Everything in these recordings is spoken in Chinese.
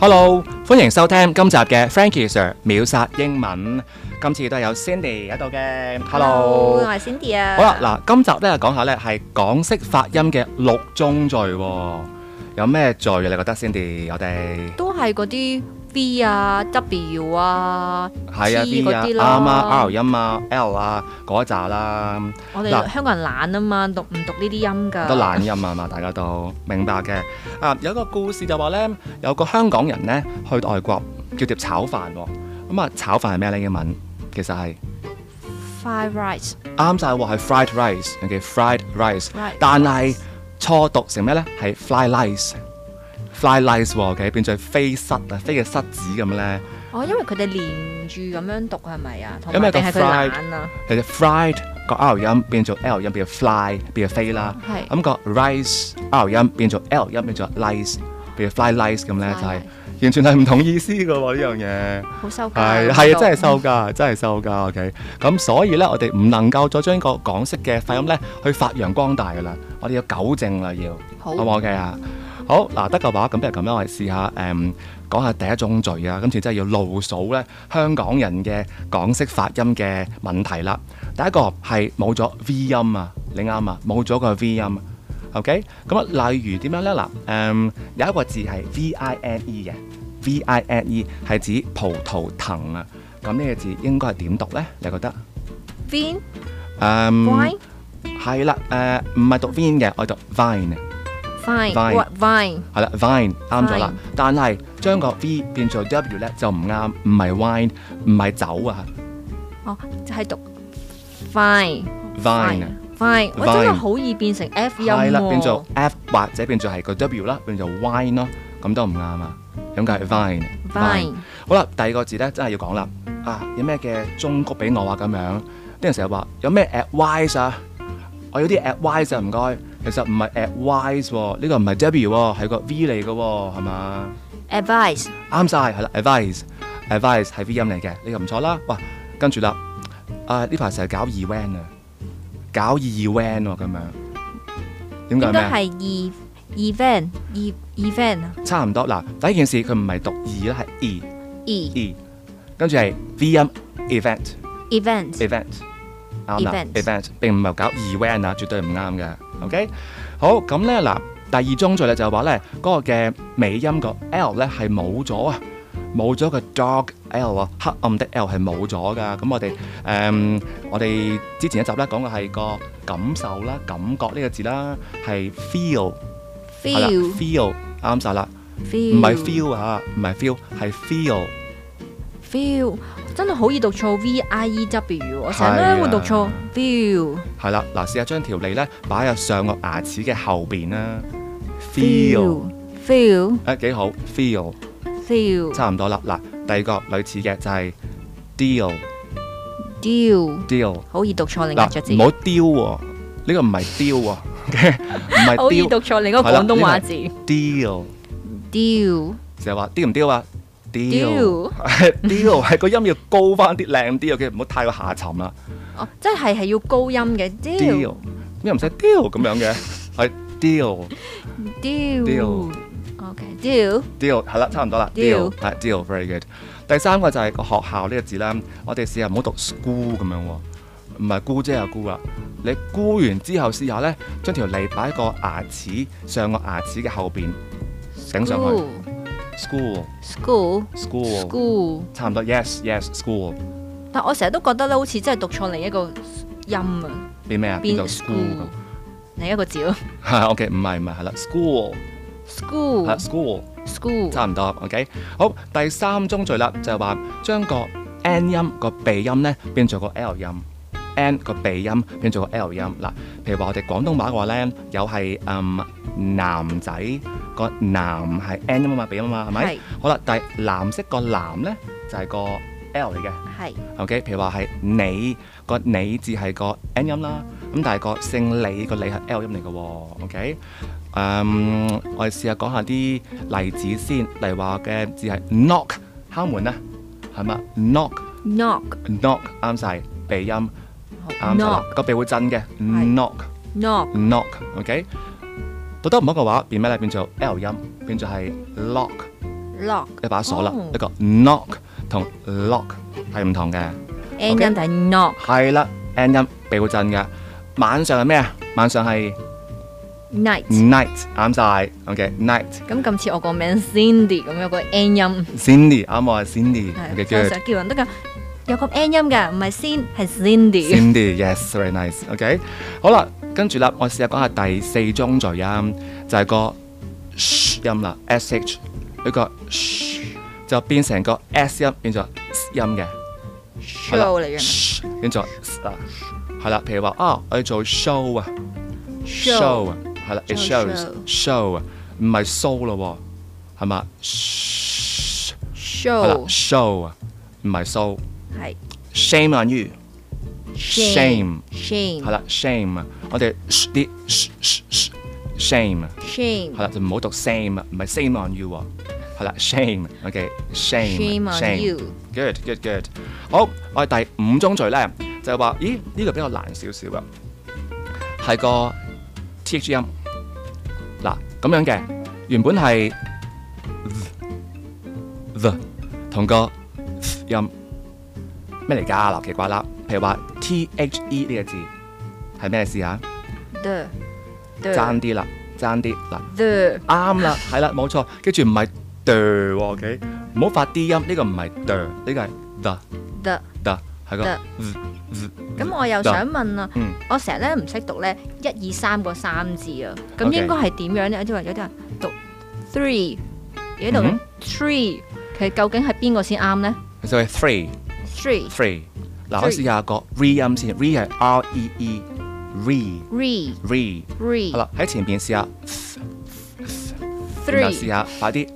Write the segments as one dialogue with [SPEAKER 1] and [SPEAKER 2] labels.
[SPEAKER 1] Hello，歡迎收聽今集嘅 Frankie Sir 秒殺英文。今次都有 Cindy 喺度嘅。
[SPEAKER 2] 我
[SPEAKER 1] Hello，
[SPEAKER 2] 係 Cindy 啊。
[SPEAKER 1] 好啦，嗱，今集咧講下咧係港式發音嘅六宗罪喎。有咩罪啊？你覺得 Cindy？我哋
[SPEAKER 2] 都係嗰啲 V 啊、W 啊，
[SPEAKER 1] 係啊
[SPEAKER 2] T 嗰啲
[SPEAKER 1] B
[SPEAKER 2] 啦
[SPEAKER 1] 啊、啱啊、R 音啊、L 啊嗰一紮啦。
[SPEAKER 2] 我哋
[SPEAKER 1] 嗱
[SPEAKER 2] 香港人懶啊嘛，讀唔讀呢啲音㗎？
[SPEAKER 1] 都懶音啊嘛，大家都明白嘅。啊，有一個故事就話呢，有個香港人呢去外國叫碟炒飯喎、咁啊，炒飯係咩呢？英文其實係
[SPEAKER 2] Five rights,
[SPEAKER 1] 啱晒喎，係 fried rice，叫 fried rice，
[SPEAKER 2] right？
[SPEAKER 1] 但係錯讀成咩呢？係 fly lice，fly lice 喎、其實變咗係飛虱啊，飛嘅虱子咁呢。
[SPEAKER 2] 哦，因為佢哋連住咁樣讀係咪啊？同
[SPEAKER 1] 因
[SPEAKER 2] 埋
[SPEAKER 1] 為
[SPEAKER 2] 定係
[SPEAKER 1] 個
[SPEAKER 2] 佢
[SPEAKER 1] fried-
[SPEAKER 2] 懶啊？
[SPEAKER 1] 其實 fried 個 R 音變做 L 音，變做 fly，變做飛啦。
[SPEAKER 2] 係
[SPEAKER 1] 咁個 rice R 音變做 L 音，變做 lice，變做 fly lice 咁咧，
[SPEAKER 2] Fly
[SPEAKER 1] 就係完全係唔同意思嘅喎呢
[SPEAKER 2] 好
[SPEAKER 1] 樣
[SPEAKER 2] 收
[SPEAKER 1] 嘢。
[SPEAKER 2] 㗎。
[SPEAKER 1] 係係
[SPEAKER 2] 嗯
[SPEAKER 1] 啊，真係收㗎，真係收㗎。OK，咁所以咧，我哋唔能夠再將個港式嘅發音咧去發揚光大㗎啦，我哋要糾正啦，要好
[SPEAKER 2] 好
[SPEAKER 1] 唔好 OK 啊？好嗱，得嘅話，咁不如咁樣，我哋試下誒、嗯、講下第一宗罪啊。今次真係要路數咧香港人嘅港式發音嘅問題啦。第一個係冇咗 V 音啊，你啱啊，冇咗個 V 音。OK，咁啊，例如點樣呢？嗱，誒、有一個字係 V I N E 嘅，V I N E 係指葡萄藤啊。咁呢個字應該係點讀呢？你覺得？
[SPEAKER 2] Vin
[SPEAKER 1] 誒
[SPEAKER 2] wine
[SPEAKER 1] 係啦，誒唔係讀 vine 嘅，我讀 vine。
[SPEAKER 2] fine
[SPEAKER 1] Vine
[SPEAKER 2] what vine
[SPEAKER 1] 係啦，vine 啱咗啦
[SPEAKER 2] Vine，
[SPEAKER 1] 但係將個 V 變做 W 咧就唔啱，唔係 wine，唔係酒啊
[SPEAKER 2] 哦，就係讀 fine
[SPEAKER 1] ，vine 啊
[SPEAKER 2] fine，我真
[SPEAKER 1] Vine
[SPEAKER 2] 係好易變成 F 音
[SPEAKER 1] 係啦，變
[SPEAKER 2] 喎
[SPEAKER 1] 做。F 或者變做係個 W 啦，變做 wine 咯，咁都唔啱啊，咁梗係 vine。
[SPEAKER 2] Vine
[SPEAKER 1] 好啦，第二個字咧真係要講啦，啊有咩嘅忠告俾我啊咁樣，啲人成日話有咩 advice 啊，我要啲 advice 啊唔該，其實唔係 advice 喎，呢個唔係 W 喎，係個 V 嚟嘅喎，係嘛？
[SPEAKER 2] advice
[SPEAKER 1] 啱晒，係啦，advice advice 係 V 音嚟嘅，呢個唔錯啦。哇，跟住啦，啊呢排成日搞 event 啊，搞 event 喎咁樣，點
[SPEAKER 2] 應
[SPEAKER 1] 解
[SPEAKER 2] 該
[SPEAKER 1] 咩？
[SPEAKER 2] 係 e event e event 啊
[SPEAKER 1] 差唔多嗱，第一件事佢唔係讀 e 啦，係 e
[SPEAKER 2] e
[SPEAKER 1] e，跟住係 V 音 event
[SPEAKER 2] event
[SPEAKER 1] event 啱啦
[SPEAKER 2] Event
[SPEAKER 1] event 並唔係搞 event 啊，絕對唔啱嘅。OK，好咁咧嗱，第二宗罪咧就係話咧嗰個嘅尾音個 L 咧係冇咗啊，冇咗個 dog L 啊，黑暗的 L 係冇咗噶。咁我哋誒、嗯我哋之前一集咧講嘅係個感受啦、感覺呢個字啦，係 feel 係啦
[SPEAKER 2] feel
[SPEAKER 1] ，feel 啱晒啦，
[SPEAKER 2] feel
[SPEAKER 1] 唔係 feel 啊，唔係 feel 係 feel。
[SPEAKER 2] feel 真係好易讀錯 v i e w，我成日
[SPEAKER 1] 係啊
[SPEAKER 2] 都會讀錯 feel
[SPEAKER 1] 係啦，嗱，試下將條脷咧擺喺上個牙齒嘅後邊啦，feel，
[SPEAKER 2] feel
[SPEAKER 1] 誒幾好，feel
[SPEAKER 2] feel
[SPEAKER 1] 差唔多啦。嗱，第二個類似嘅就係 deal，deal，
[SPEAKER 2] deal，好易讀錯另一隻字
[SPEAKER 1] 嗱，唔，好丟喎，呢 個唔係丟喎，唔係
[SPEAKER 2] 好易
[SPEAKER 1] 丟
[SPEAKER 2] 讀錯另一個
[SPEAKER 1] 係啦
[SPEAKER 2] 廣東話字
[SPEAKER 1] ，deal，
[SPEAKER 2] deal
[SPEAKER 1] 就係話丟唔丟啊
[SPEAKER 2] deal，
[SPEAKER 1] ？deal 係個音要高翻啲，靚啲嘅，唔好太過下沉啦。
[SPEAKER 2] 哦，即係係要高音嘅
[SPEAKER 1] deal，
[SPEAKER 2] deal
[SPEAKER 1] 咩唔使 deal 咁樣嘅，係 deal。deal
[SPEAKER 2] OK deal
[SPEAKER 1] deal 係啦，差唔多啦
[SPEAKER 2] Deal
[SPEAKER 1] 係嗯 deal very good。第三個就係個學校呢個字啦，我哋試下唔好讀 school 咁樣喎，唔係姑姐啊姑啊，你姑完之後試下咧，將條脷擺喺個牙齒上個牙齒嘅後邊頂上去
[SPEAKER 2] school
[SPEAKER 1] school
[SPEAKER 2] school
[SPEAKER 1] school
[SPEAKER 2] school，
[SPEAKER 1] 差唔多 yes yes school
[SPEAKER 2] 但我成日都覺得咧，好似真係讀錯另一個音啊，
[SPEAKER 1] 變咩啊？變做
[SPEAKER 2] 變
[SPEAKER 1] school 咁
[SPEAKER 2] school 另一個字咯
[SPEAKER 1] 係 OK 唔係唔係係啦 school 係啦
[SPEAKER 2] school
[SPEAKER 1] school。
[SPEAKER 2] school
[SPEAKER 1] 差唔多，OK。好，第三宗罪啦，就係話將個 N 音個鼻音咧變做個 L 音，N 個鼻音變做個 L 音。嗱，譬如話我哋廣東話嘅話咧，有係嗯男仔個男係 N 音啊嘛，鼻音啊嘛，係咪
[SPEAKER 2] 係？
[SPEAKER 1] 好啦，但係藍色個藍咧就係個 L 嚟嘅。
[SPEAKER 2] 係
[SPEAKER 1] OK，譬如話係你個你字係個 N 音啦，咁但係個姓李個李係 L 音嚟嘅喎。OK，嗯，我哋試下講下啲例子先，例如話嘅字係 knock 敲門啦，係嘛？knock
[SPEAKER 2] knock
[SPEAKER 1] knock 啱晒，鼻音啱晒啦
[SPEAKER 2] knock，
[SPEAKER 1] 個鼻會震嘅
[SPEAKER 2] 係
[SPEAKER 1] knock
[SPEAKER 2] knock
[SPEAKER 1] knock OK，讀得唔好嘅話變咩咧？變做 L 音，變做係 lock
[SPEAKER 2] lock
[SPEAKER 1] 一把鎖啦，
[SPEAKER 2] 哦
[SPEAKER 1] 一個 knock 同 lock 係唔同嘅。
[SPEAKER 2] and
[SPEAKER 1] OK
[SPEAKER 2] then 就係 knock
[SPEAKER 1] 係啦，N 音標震嘅。晚上係咩啊？晚上係 Ừ.
[SPEAKER 2] night。
[SPEAKER 1] night 啱晒。OK，night
[SPEAKER 2] 咁今次我個名 Cindy 咁有個 N 音，
[SPEAKER 1] Cindy 啱我係 Cindy。
[SPEAKER 2] 係
[SPEAKER 1] OK
[SPEAKER 2] 我
[SPEAKER 1] good
[SPEAKER 2] 成。日叫人都㗎，有個 N 音㗎，唔係 Cin 係 Cindy。
[SPEAKER 1] Cindy yes very nice。OK 好啦，跟住啦，我試下講下第四宗罪啊，就係、個 sh 音啦，sh 呢個 sh 就變成個 s 音變咗 s 音嘅。係啦
[SPEAKER 2] show 嚟嘅
[SPEAKER 1] ，shh，跟住就 s 啦，係啦，譬如話啊，我哋做 show 啊
[SPEAKER 2] show
[SPEAKER 1] 啊，係啦，it
[SPEAKER 2] 做
[SPEAKER 1] shows
[SPEAKER 2] show
[SPEAKER 1] show 啊，唔係 show 咯喎，係嘛？shh，係啦
[SPEAKER 2] show
[SPEAKER 1] ，show 啊，唔係 show。
[SPEAKER 2] 係
[SPEAKER 1] shame on you，Shame
[SPEAKER 2] shame
[SPEAKER 1] 係啦，shame 啊，我哋 sh 啲 sh sh sh shame 啊，
[SPEAKER 2] shame
[SPEAKER 1] 係啦，就唔好讀 same 啊，唔係 same on you 喎，係啦，shame，OK，shame，shame
[SPEAKER 2] shame on you
[SPEAKER 1] Good, good, good。好，我哋第五宗罪呢，就係話，咦呢個比較難少少啊，係個 th 音。嗱咁樣嘅，原本係 the 同個 th 音咩嚟㗎？嗱奇怪啦，譬如話 the 呢個字係咩事啊？
[SPEAKER 2] the the
[SPEAKER 1] 爭啲啦，爭啲嗱。
[SPEAKER 2] the
[SPEAKER 1] 啱啦，係啦，冇錯。跟住唔係 the 喎，OK，唔好發 D 音，呢個唔係 the，呢個係 the
[SPEAKER 2] the
[SPEAKER 1] the 係個
[SPEAKER 2] the
[SPEAKER 1] the the。
[SPEAKER 2] 咁我又
[SPEAKER 1] the
[SPEAKER 2] 想問啦
[SPEAKER 1] 嗯，
[SPEAKER 2] 我成日咧唔識讀咧一二三個三字啊，咁
[SPEAKER 1] OK
[SPEAKER 2] 應該係點樣咧？有啲人有啲人讀 three，有啲讀
[SPEAKER 1] 嗯
[SPEAKER 2] three，佢究竟係邊個先啱咧
[SPEAKER 1] 就係 three
[SPEAKER 2] ？three
[SPEAKER 1] three。嗱，我
[SPEAKER 2] Three
[SPEAKER 1] 試下個 re 音先，re 係 r e e re
[SPEAKER 2] three
[SPEAKER 1] re。
[SPEAKER 2] three
[SPEAKER 1] 好啦，喺前邊試下，然後試
[SPEAKER 2] three
[SPEAKER 1] 下快啲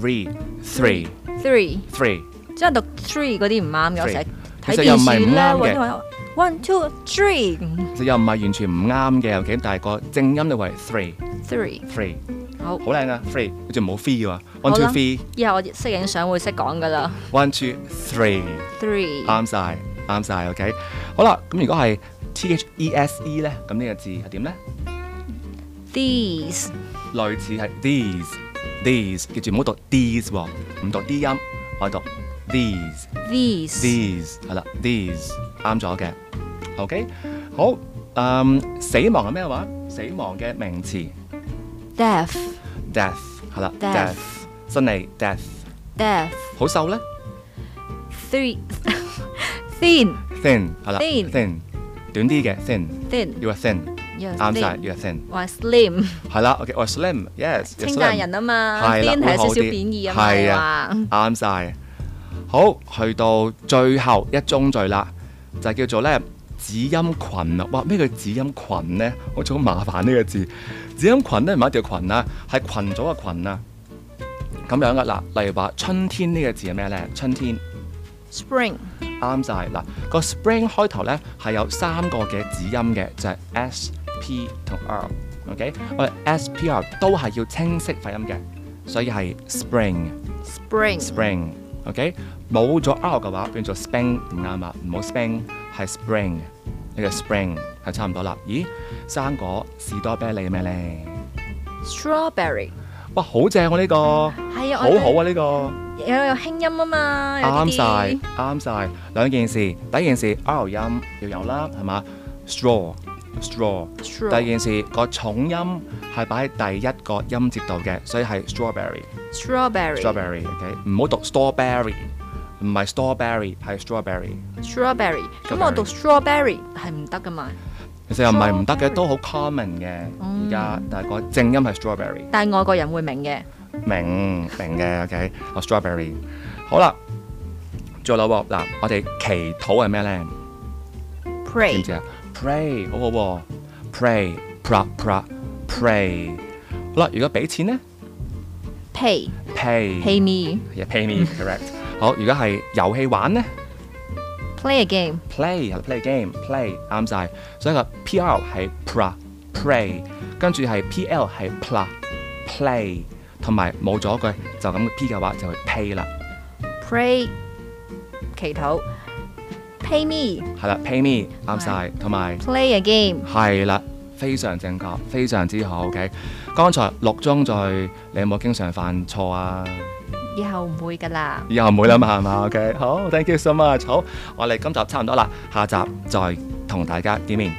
[SPEAKER 1] re three
[SPEAKER 2] three，
[SPEAKER 1] three。
[SPEAKER 2] 即係讀 three 嗰啲唔啱嘅，我
[SPEAKER 1] Three
[SPEAKER 2] 成日
[SPEAKER 1] 其實
[SPEAKER 2] 睇
[SPEAKER 1] 又唔
[SPEAKER 2] 電
[SPEAKER 1] 係
[SPEAKER 2] 視
[SPEAKER 1] 唔
[SPEAKER 2] 咧
[SPEAKER 1] 啱
[SPEAKER 2] 揾
[SPEAKER 1] 嘅
[SPEAKER 2] 啲 one two three
[SPEAKER 1] 其實又唔係完全唔啱嘅，OK，但係個正音就為 three
[SPEAKER 2] three，
[SPEAKER 1] three，
[SPEAKER 2] 好，
[SPEAKER 1] 好靚啊，three，跟住冇 three 喎，one
[SPEAKER 2] 好
[SPEAKER 1] two
[SPEAKER 2] 啦
[SPEAKER 1] three，one
[SPEAKER 2] 以後我識影相會識講噶啦
[SPEAKER 1] two three。
[SPEAKER 2] three
[SPEAKER 1] 啱晒，啱晒，OK。好啦，咁如果係 T H E S E 咧，咁呢個字係點咧？
[SPEAKER 2] these
[SPEAKER 1] 類似係 these these，記住唔好讀 these 喎，唔讀 D 音，我讀 these
[SPEAKER 2] these
[SPEAKER 1] these 係啦，these 啱咗嘅，OK。好，嗯，死亡係咩話？死亡嘅名詞
[SPEAKER 2] death
[SPEAKER 1] death 係啦
[SPEAKER 2] Death
[SPEAKER 1] ，death 真係 death，
[SPEAKER 2] death
[SPEAKER 1] 好瘦咧
[SPEAKER 2] three thin
[SPEAKER 1] thin 係啦
[SPEAKER 2] Thin
[SPEAKER 1] thin 短啲嘅 thin，
[SPEAKER 2] thin
[SPEAKER 1] 要 thin 啱晒，要 thin
[SPEAKER 2] 話 slim
[SPEAKER 1] 係啦，OK，我 slim，yes，
[SPEAKER 2] 稱讚人啊嘛
[SPEAKER 1] 係啦
[SPEAKER 2] ，thin 係
[SPEAKER 1] 會
[SPEAKER 2] 有少
[SPEAKER 1] 好
[SPEAKER 2] 少
[SPEAKER 1] 啲
[SPEAKER 2] 貶義啊嘛，
[SPEAKER 1] 係
[SPEAKER 2] 你
[SPEAKER 1] 啊
[SPEAKER 2] 話
[SPEAKER 1] 啱晒。好，去到最後一宗罪啦，就係叫做咧子音群啊！哇，咩叫子音群呢？好似好麻煩呢個字。子音群咧唔係一條群啊，係群組嘅群啊。咁樣噶嗱，例如話春天呢個字係咩呢？春天
[SPEAKER 2] spring
[SPEAKER 1] 啱晒嗱，個 spring 開頭呢係有三個嘅子音嘅，就係、S、P 同 R。OK，我哋 S、P、R 都係要清晰發音嘅，所以係 spring。
[SPEAKER 2] spring
[SPEAKER 1] spring，OK，、冇咗 R 嘅話變咗 spring 唔啱啊，唔好 spring 係 spring，呢個 spring 係差唔多啦。咦，生果士多啤梨係咩咧？
[SPEAKER 2] strawberry
[SPEAKER 1] 哇，好正喎呢個，
[SPEAKER 2] 係啊，
[SPEAKER 1] 好好啊呢、個，
[SPEAKER 2] 有有輕音啊嘛，有呢
[SPEAKER 1] 啱
[SPEAKER 2] 啲
[SPEAKER 1] 晒啱晒兩件事，第一件事 R 音要有啦，係嘛？straw straw，
[SPEAKER 2] Straw
[SPEAKER 1] 第二件事個重音係擺喺第一個音節度嘅，所以係 strawberry。
[SPEAKER 2] strawberry
[SPEAKER 1] strawberry，OK，、唔好讀 strawberry，唔係 strawberry，係 strawberry。
[SPEAKER 2] strawberry 咁我讀 strawberry 係唔得噶嘛，
[SPEAKER 1] 其實又唔係唔得
[SPEAKER 2] Strawberry 嗯
[SPEAKER 1] 嘅，都好 common 嘅。而家、但係個正音係 strawberry，
[SPEAKER 2] 但係外國人會明嘅。
[SPEAKER 1] 明明嘅 OK，哦 strawberry。好啦，再啦喎，嗱，我哋祈禱係咩咧？知唔
[SPEAKER 2] pray
[SPEAKER 1] 知啊？pray 好好喎，pray pra pra pray。好啦，如果俾錢咧
[SPEAKER 2] pay
[SPEAKER 1] ，pay
[SPEAKER 2] pay me
[SPEAKER 1] Yeah, pay me correct。好，如果係遊戲玩咧？
[SPEAKER 2] play a game
[SPEAKER 1] play 係 play game play 啱晒，所以個 PR 係 pra pray，跟住係 PL 係 pla play，同埋冇咗句就咁 P 嘅話就係 pay 啦，
[SPEAKER 2] pray 祈禱 pay me
[SPEAKER 1] 係啦 pay me 啱晒，同埋
[SPEAKER 2] play a game
[SPEAKER 1] 係啦非常正確，非常之好。OK，剛才六宗罪，你有冇經常犯錯啊？
[SPEAKER 2] 以後唔會㗎啦，
[SPEAKER 1] 以後唔會啦嘛，係嘛？OK，好，thank you so much。好，我哋今集差唔多啦，下集再同大家見面，